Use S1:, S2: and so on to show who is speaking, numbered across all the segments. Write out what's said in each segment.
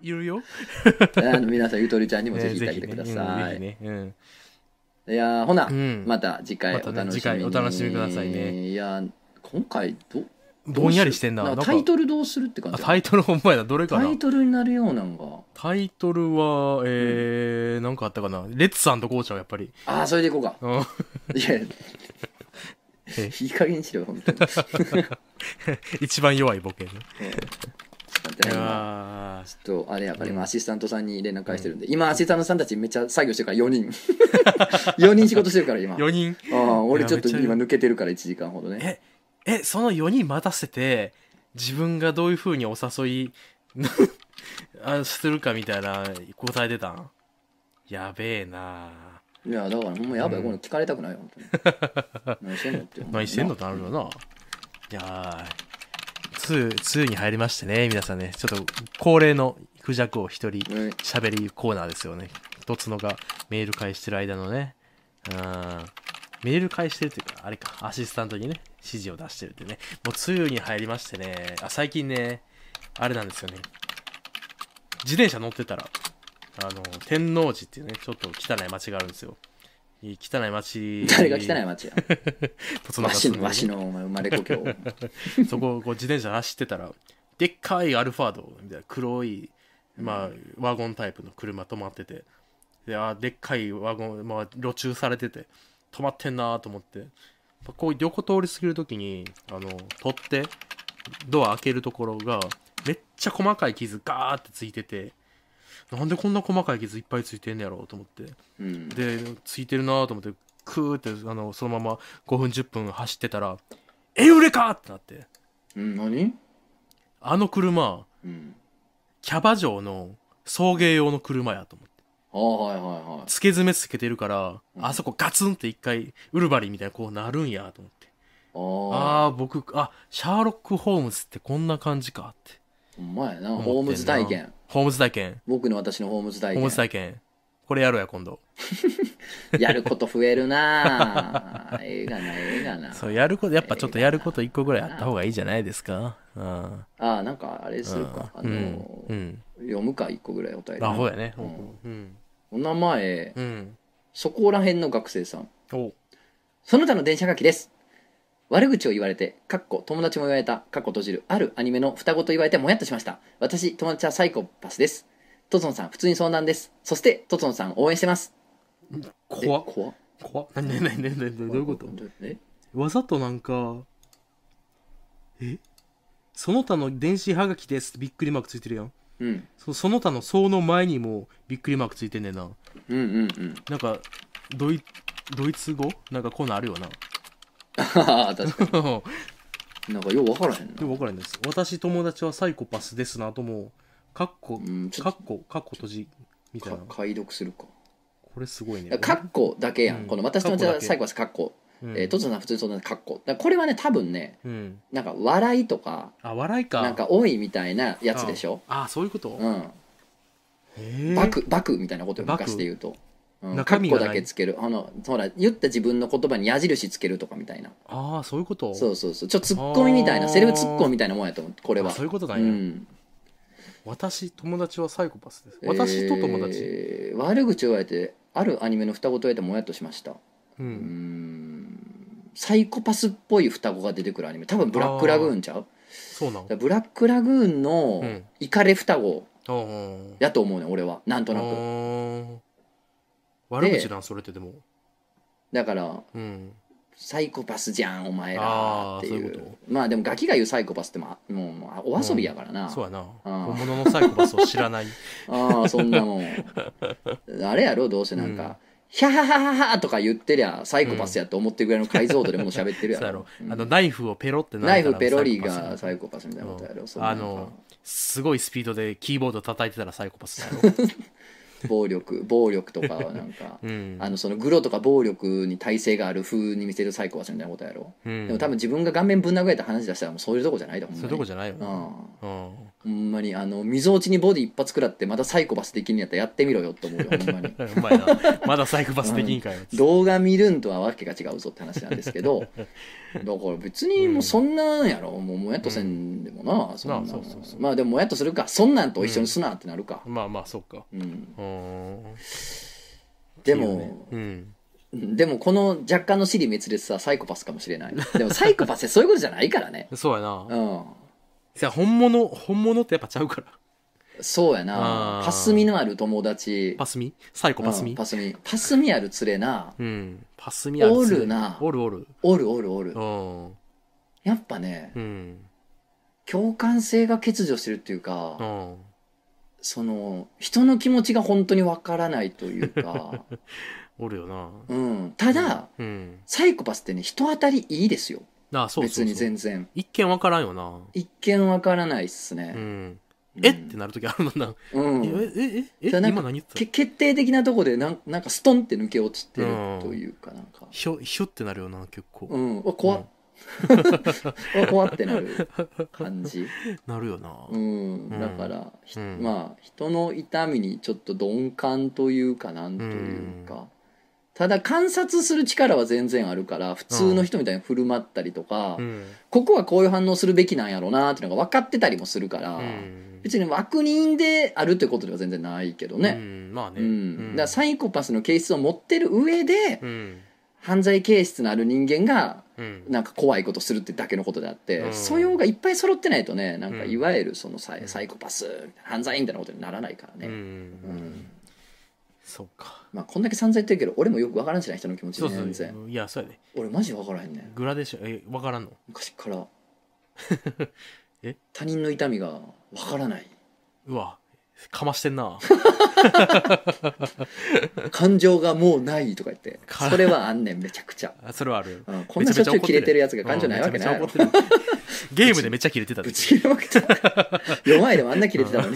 S1: いるよ。
S2: あの皆さん、ゆとりちゃんにも ぜひ行ってあ
S1: ね
S2: げてくだ
S1: ねうん
S2: さ
S1: ぜ
S2: い。
S1: ひね。うん。
S2: いやーほな、
S1: うん
S2: また次回
S1: ま
S2: お楽
S1: たね
S2: しみに、
S1: 次回お楽しみくださいね
S2: いやー今回ど
S1: ぼんやりしてんな。
S2: ど
S1: な
S2: うんし
S1: か
S2: ようタイトルどうするって感
S1: あ
S2: じ
S1: タイトルほんまやな。どれかな
S2: タイ。トルになるようなんが
S1: タイトルは、えー、なんかあったかな。レッツさんとこうちゃん、やっぱり。
S2: ああそれでいこうか
S1: うん。
S2: いやいや
S1: え
S2: いい加減にしろよ本 当にちょっと
S1: 一番弱いボケね。
S2: 待って
S1: い
S2: ね今
S1: や
S2: ちょっとあれやから
S1: うん
S2: 今アシスタントさんに連絡返してるんで、今アシスタントさんたちめっちゃ作業してるから4人4人仕事してるから今
S1: 4人。
S2: ああ俺ちょっと
S1: いやめっちゃ
S2: 今抜けてるから1時間ほどね
S1: え、え、その4人待たせて、自分がどういう風にお誘い、 あするかみたいな答えてたんやべえない
S2: やだからほんまやばい、
S1: うん
S2: この聞かれたくないよ 本当に何してんのって思う
S1: 何してんのってなるよな。いやー、つゆ、つゆに入りましてね、皆さんね、ちょっと恒例のクジャクを一人
S2: うん
S1: 喋りコーナーですよね。とつのがメール返してる間のね、うん、メール返してるっていうか、あれか、アシスタントにね、指示を出してるってね、もうつゆに入りましてね、あ、最近ね、あれなんですよね、自転車乗ってたら、あの、天王寺っていうね、ちょっと汚い町があるんですよ。いい汚い町。
S2: 誰が汚い町や
S1: とつの
S2: わ
S1: が
S2: し
S1: 住んで
S2: の
S1: るね
S2: わしのお前生まれ 故郷
S1: そこをこう自転車走ってたら、でっかいアルファードみたいな黒い、まあ、ワゴンタイプの車止まってて、で、あーでっかいワゴン、まあ、路駐されてて、止まってんなーと思って、こう横通り過ぎるときに、あの、取って、ドア開けるところが、めっちゃ細かい傷ガーってついてて、なんでこんな細かい傷いっぱいついてんねやろうと思って。
S2: うん
S1: でついてるなと思ってクーってあのそのまま5分10分走ってたら「エウレカ!」ってなって
S2: うん何
S1: あの車
S2: うん
S1: キャバ嬢の送迎用の車やと思って
S2: ああはいはいはい
S1: つけ爪つけてるから、
S2: うん
S1: あそこガツンって一回ウルバリンみたいなこうなるんやと思って
S2: ああ
S1: ああー僕あシャーロック・ホームズってこんな感じかって
S2: ほんまやな
S1: 思ってんな
S2: ホームズ体験
S1: ホームズ体験
S2: 僕の私のホームズ体
S1: ホームズ体
S2: 験
S1: 験これやろうや今度
S2: やること増えるなあ ええがなええがな
S1: そうやることやっぱちょっとやること一個ぐらいあった方がいいじゃないですかうん
S2: ああなんかあれするかあ
S1: う
S2: の
S1: んうん
S2: 読むか一個ぐらいお便り
S1: アホやね
S2: う
S1: うんん
S2: お名前
S1: うん
S2: そこら辺の学生さん
S1: お
S2: その他の電車書きです。悪口を言われて、かっこ友達も言われた、かっこ閉じる、あるアニメの双子と言われてもやっとしました。私、友達はサイコパスです。トトンさん、普通に相談です。そして、トトンさん、応援してます。え
S1: 怖っ
S2: 怖っ
S1: 怖っ何何何何何どういうこと
S2: え
S1: わざとなんかえその他の電子はがきですってびっくりマークついてるやん
S2: うん。
S1: そその他の層の前にもびっくりマークついてんねんな
S2: うんうんうん。
S1: なんかドイドイツ語なんかこういうのあるよな
S2: ああ、確か
S1: でも
S2: に。なんかよう分からへんな。
S1: 分からないです私友達はサイコパスですなともカッコ
S2: うん、ちょ
S1: カ
S2: っ
S1: ッコカッコ閉じみたい
S2: と
S1: な
S2: か解読するか。
S1: これすごいね
S2: かっこだけや
S1: うん
S2: ん。この私友達
S1: かっこだ
S2: は
S1: け
S2: サイコパス、かっこ。
S1: うん
S2: えートトンさん、普通に相談です、かっこ。だからこれはね、多分ね、
S1: うん
S2: なんか笑いとか、
S1: あ笑いか
S2: なんか多いみたいなやつでしょ。
S1: ああそういうこと
S2: うん。
S1: へえ
S2: バクバクみたいなことよ
S1: バク
S2: 昔で言うと、うん、
S1: 中身
S2: カ
S1: が
S2: ッコ
S1: ない
S2: だけつけるあのほら言った自分の言葉に矢印つけるとかみたいな
S1: ああそういうこと
S2: そうそうそうちょっとツッコミみたい
S1: あ
S2: な
S1: ー
S2: セレブツッコミみたいなもんやと思うこれ
S1: あ
S2: は
S1: そういうこと
S2: う
S1: なんや、
S2: ん
S1: 私友達はサイコパスです私と友達、
S2: えー悪口を言われてあるアニメの双子と言われてもやっとしました
S1: う
S2: うんんサイコパスっぽい双子が出てくるアニメ多分ブラックラグーンちゃう
S1: そうなの
S2: だからブラックラグーンの
S1: うん
S2: イカレ双子
S1: あー
S2: やと思うね俺はなんと
S1: あ
S2: なく
S1: ー悪口なんそれってでも
S2: だから
S1: うん
S2: サイコパスじゃんお前らってい
S1: あーそう
S2: う
S1: いうこと
S2: まあでもガキが言うサイコパスってまあもうまあお遊びやからな、
S1: そうやな
S2: ー
S1: 本物のサイコパスを知ら ない
S2: ああそんなもん あれやろどうせなんか、
S1: うん
S2: ヒャハハハハとか言ってりゃサイコパスやと思ってるぐらいの解像度でもう喋って る
S1: そう
S2: や
S1: や
S2: ろ
S1: ろ、あのナイフをペロって
S2: ナイフ
S1: たら
S2: ペロ
S1: サイ
S2: リ
S1: コパ
S2: が
S1: ス
S2: サイコパスみたいなことやろ、
S1: うん
S2: そんな
S1: あ
S2: んか
S1: のすごいスピードでキーボード叩いてたらサイコパスだよ
S2: 暴力暴力とかはなんか
S1: うん
S2: あのそのグロとか暴力に耐性がある風に見せるサイコパスみたいなことやろ、
S1: うん
S2: でも多分自分が顔面ぶん殴られた話出したらもうそういうとこじゃないだほん
S1: そう
S2: ま
S1: いうと
S2: に
S1: こじゃないよ
S2: う
S1: ね
S2: ん
S1: うん
S2: ほんまにあのみぞおちにボディ一発食らってまたサイコパスできんやったらやってみろよって 思うよほんまに
S1: うまいなまだサイコパスできんかよ
S2: 動画見るんとはわけが違うぞって話なんですけど だから別にもうそんなんやろもうもやっとせんでもな、そんなん
S1: なあそうそうそう
S2: まあでももやっとするかそんなんと一緒にすなってなるか、
S1: まあまあそうか
S2: うん
S1: うん
S2: で
S1: い
S2: も
S1: いよねうん
S2: でもこの若干の尻滅裂さサイコパスかもしれない でもサイコパスってそういうことじゃないからね
S1: そうやな
S2: うん
S1: さ本物本物ってやっぱちゃうから
S2: そうやな
S1: あー
S2: パスミのある友達
S1: パスミサイコパス
S2: うん
S1: ミ
S2: パスミパスミある連れな
S1: うんパスミある
S2: おるな
S1: おるおる
S2: おるおるおる
S1: うん
S2: やっぱね
S1: うん
S2: 共感性が欠如してるっていうか
S1: うん
S2: その人の気持ちが本当にわからないという か、
S1: おるよな
S2: うん、ただ
S1: うん
S2: サイコパスってね人当たりいいですよ
S1: なあそうそ
S2: 別
S1: う
S2: に
S1: そう
S2: 全然
S1: 一見わからんよな
S2: 一見わからないっすね
S1: う、ん
S2: うん
S1: えってなるときあるのな
S2: うん
S1: ええええ
S2: じ
S1: 今
S2: ゃあなんか
S1: 何言って
S2: け
S1: た
S2: 決定的なとこでなんなんかストンって抜け落ちてるというかなんか、
S1: ひょひょってなるよな結構
S2: うんうわ怖っ、 うわ怖ってなる感じ、
S1: なるよな
S2: うん、だから、ひ
S1: うん
S2: まあ人の痛みにちょっと鈍感というかなんというか、ただ観察する力は全然あるから普通の人みたいに振る舞ったりとか、
S1: うん
S2: ここはこういう反応するべきなんやろうなっていうのが分かってたりもするから、
S1: うん
S2: 別に悪人であるということでは全然ないけど
S1: う
S2: ね。
S1: んまあ
S2: う
S1: ね
S2: ん
S1: うん
S2: だからサイコパスの形質を持ってる上で、
S1: うん
S2: 犯罪形質のある人間が
S1: うん
S2: なんか怖いことするってだけのことであって、
S1: うん
S2: 素養がいっぱい揃ってないとねなんか
S1: うん
S2: いわゆるそのサイ,、
S1: うん
S2: サイコパス犯罪みたいなことにならないから
S1: う
S2: ね、うん
S1: んそうか
S2: まあこんだけ散々言ってるけど俺もよく分からんしない人の気持ち
S1: そうそ
S2: 全然
S1: ういやそうやで
S2: 俺マジ分からへんねん
S1: グラデーションえわからんの
S2: 昔から
S1: え
S2: 他人の痛みが分からないう
S1: わかましてん な
S2: 感情がもうないとか言って
S1: か
S2: それはあんねんめちゃくちゃ、
S1: それはある
S2: うん、こんなしょっちゅう切れてるやつが感情ないわけないや
S1: うん
S2: ろ
S1: めちゃめちゃ怒ってるゲームでめっちゃ切れてたで
S2: ぶち切れまくった弱いでもあんな切れてたの に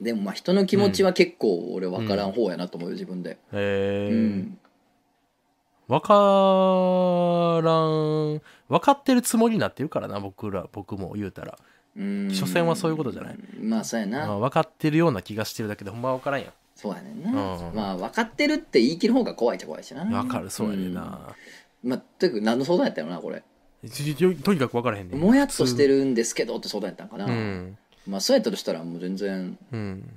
S2: でもまあ人の気持ちは結構俺分からん方やなと思うよ自分で、
S1: え
S2: う
S1: ー
S2: ん、
S1: わからん分かってるつもりになってるからな僕ら僕も言うたら
S2: うん
S1: 所詮はそういうことじゃない
S2: まあそうやな、
S1: まあ分かってるような気がしてるだけでほんまは分からんやん
S2: そうやねんな、
S1: うん
S2: まあ分かってるって言い切る方が怖いっちゃ怖いしな
S1: 分かるそうやねんな、
S2: うんまあとにかく何の相談やったよなこれ
S1: ちちとにかく分からへんねん
S2: もやっとしてるんですけどって相談やったんかな、
S1: うん
S2: まあそうやったとしたらもう全然
S1: うん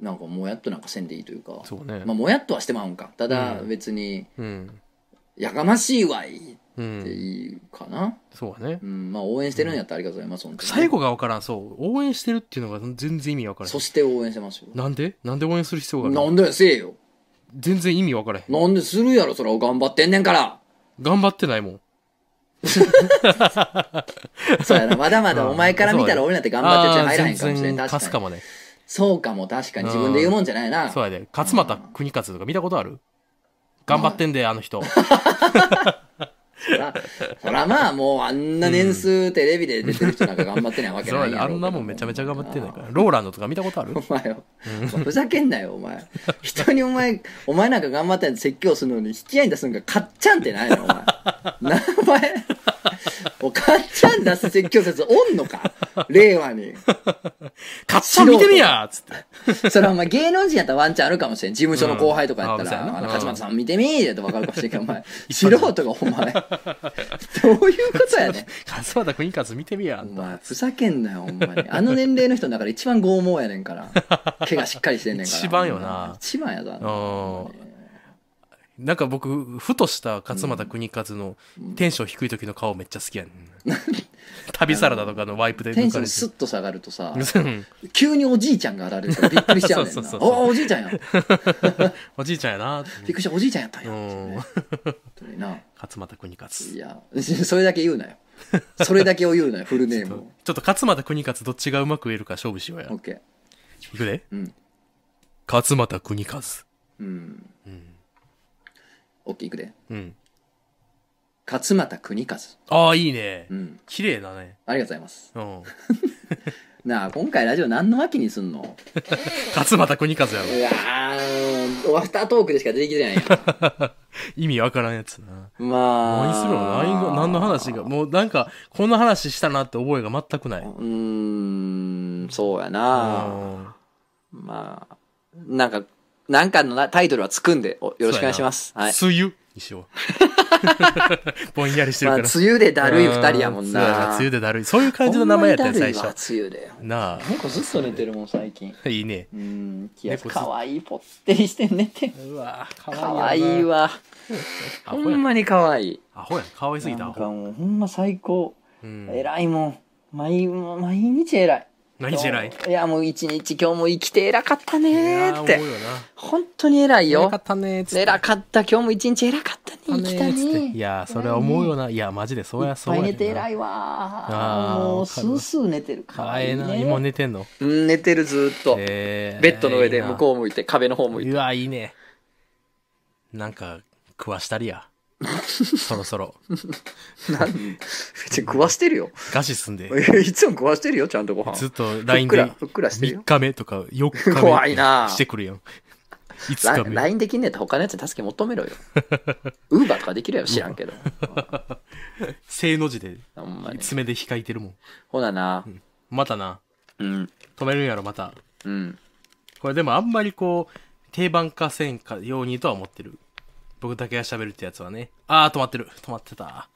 S2: なんかもやっとなんかせんでいいというか
S1: そうね、
S2: まあもやっとはしてまうんかただ
S1: うん
S2: 別に、
S1: うん
S2: やかましいわい
S1: う
S2: って
S1: ん
S2: いいかな、
S1: そうやね
S2: うんまあ応援してるんやったらありがとうございます、本当にね
S1: 最後が分からんそう応援してるっていうのが全然意味分からへ
S2: そ
S1: ん
S2: して応援してますよ
S1: なんでなんで応援する必要がある
S2: な
S1: の
S2: んでせえよ
S1: 全然意味分からへん
S2: なんでするやろそら頑張ってんねんから
S1: 頑張ってないもん
S2: そうやなまだまだお前から見たら俺なんて頑張ってるうちに入らへんかもしれん
S1: あー全然
S2: 確
S1: 勝
S2: か
S1: つ
S2: に
S1: かもね
S2: そうかも確かに自分で言うもんじゃないな、
S1: そうやで勝俣国勝とか見たことある頑張ってんであの 人
S2: そらそらまあもうあんな年数テレビで出てる人なんか頑張ってないわけ
S1: そう
S2: な
S1: や
S2: い
S1: で
S2: やろ
S1: あんなもんめちゃめちゃ頑張ってんねんからローランドとか見た ことある
S2: お前よ、ふざけんなよお前人にお前お前なんか頑張ったやつ説教するのに引き合いに出すんがかっちゃんってないのお前なお前おかっちゃん出す説教説おんのか令和に
S1: 勝俣見てみやつって
S2: それはお前芸能人やったらワンチャンあるかもしれん事務所の後輩とかやったら「
S1: うんあそう
S2: あ
S1: やな
S2: の勝俣さん見てみ」って分かるかもしれんけどお前
S1: 一
S2: 素
S1: 般人
S2: 人がお前どういうことやねん
S1: 勝俣国勝見てみやあ
S2: お
S1: んた
S2: 前ふざけんなよほんまにあの年齢の人の中で一番剛毛やねんから 毛がしっかりしてんねんから
S1: 一番よな
S2: 一番やぞあんな
S1: うんなんか僕ふとした勝俣国和のテンション低い時の顔めっちゃ好きやねん旅サラダとかのワイプで
S2: テン
S1: 抜
S2: シ
S1: か
S2: ョン
S1: れ
S2: スッと下がるとさ
S1: てる
S2: 急におじいちゃんが現れるからびっくりしちゃう ねん
S1: そう
S2: な
S1: そうそうそう
S2: おおじいちゃんやびっ
S1: おじいちゃんやなって
S2: くりしたおじいちゃんやったんや
S1: う
S2: 本
S1: ん
S2: 当にな
S1: 勝俣国勝
S2: い
S1: ち
S2: や それだけ言うなよそれだけを言 うなよフルネーム
S1: ょ
S2: を
S1: っと勝俣国勝どっちがうまく言えるか勝負しようや
S2: オッケー
S1: いくで
S2: うん
S1: 勝俣国和
S2: うん
S1: うん、
S2: オッケーいくで
S1: うん、
S2: 勝俣邦和
S1: ああいいね
S2: うん
S1: 綺麗だね
S2: ありがとうございます
S1: うん
S2: なあ今回ラジオ何の脇にすんの
S1: 勝俣国和やろ
S2: うわーアフタートークでしか出てきてないやん
S1: 意味わからんやつな
S2: まあ
S1: 何するの何が何の話がもうなんかこんな話したなって覚えが全くないう
S2: ーんそうやな
S1: あ
S2: まあなんかなんかのなタイトルはつくんでおよろしくお願いしますはい
S1: 梅雨に しようぼんやりしてる
S2: ま
S1: か
S2: あ
S1: ら、
S2: 梅雨でだるい二人やもん
S1: うそうや
S2: な
S1: 梅雨でだるいそういう感じの名前やったよ
S2: ほんま
S1: 最
S2: にだるいわ
S1: 初
S2: 梅雨で
S1: な
S2: なんかずっと寝てるもん最近
S1: あいいね
S2: うんいや
S1: 猫ず
S2: かわいいぽってりして寝て
S1: うわか
S2: かわいいわ
S1: ア
S2: ほ
S1: ホや
S2: んまにかわいい
S1: アホやかわいすぎた
S2: な
S1: ア
S2: んか
S1: ホ、
S2: もうほんま最高
S1: うん、
S2: 偉いもん毎毎日偉い
S1: 何じゃない
S2: いやもう一日今日も生きて偉かったねーっ
S1: いや
S2: て
S1: 思うよな
S2: 本当に偉い
S1: よ
S2: よ
S1: かったねーっつって
S2: 偉かった今日も一日偉かったね
S1: あ
S2: 生
S1: ね
S2: きた
S1: ーっつって
S2: ね
S1: いやーそれは思うよないやマジでそう
S2: い
S1: や
S2: っ
S1: そう
S2: ぱ
S1: や
S2: い
S1: ねん
S2: 寝
S1: な
S2: て偉いわ
S1: あ
S2: ー
S1: ー
S2: もう
S1: わ
S2: ス
S1: かる
S2: ースー寝てるか
S1: か
S2: わ
S1: わえ
S2: い
S1: え
S2: い
S1: な
S2: ね
S1: 今寝てんの
S2: うん寝てるずーっと
S1: えー
S2: ベッドの上で向こう向いて壁の方向いて
S1: うわいいねなんか食わしたり やそろそろ
S2: なん別に食わしてるよ
S1: 餓死すんで
S2: いつも食わしてるよちゃんとご飯
S1: ずっと
S2: ふっ
S1: LINE
S2: くら
S1: で
S2: ふっくらして
S1: 3
S2: るよ
S1: 日目とか4日目
S2: 怖いな
S1: してくるやん5日目
S2: LINE できんねやったら他のやつに助け求め ろよウーバーとかできるやろ知らんけど
S1: 正の字で
S2: ほんまに
S1: 爪で控えてるもん
S2: ほなな
S1: またな
S2: うん
S1: 止めるんやろまた
S2: うん
S1: これでもあんまりこう定番化せんかようにとは思ってる僕だけが喋るってやつはねああ止まってる止まってた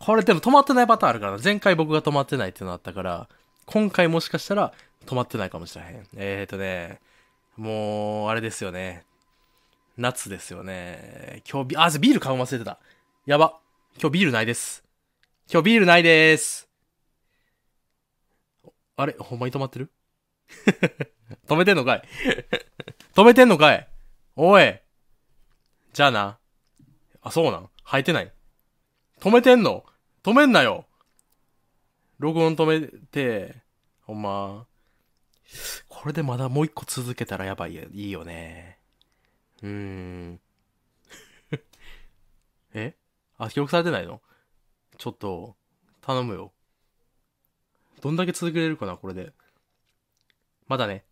S1: これでも止まってないパターンあるからな前回僕が止まってないっていうのあったから今回もしかしたら止まってないかもしれへんえーとねもうあれですよね夏ですよね今日ビあそうビール買うの忘れてたやば今日ビールないです今日ビールないですあれほんまに止まってる止めてんのかい止めてんのかいおいじゃあな。あ、そうなん生えてない。止めてんの止めんなよ録音止めて、ほんま。これでまだもう一個続けたらやばいや、いいよね。うーん。 えあ、記録されてないのちょっと、頼むよ。どんだけ続けれるかな、これで。まだね。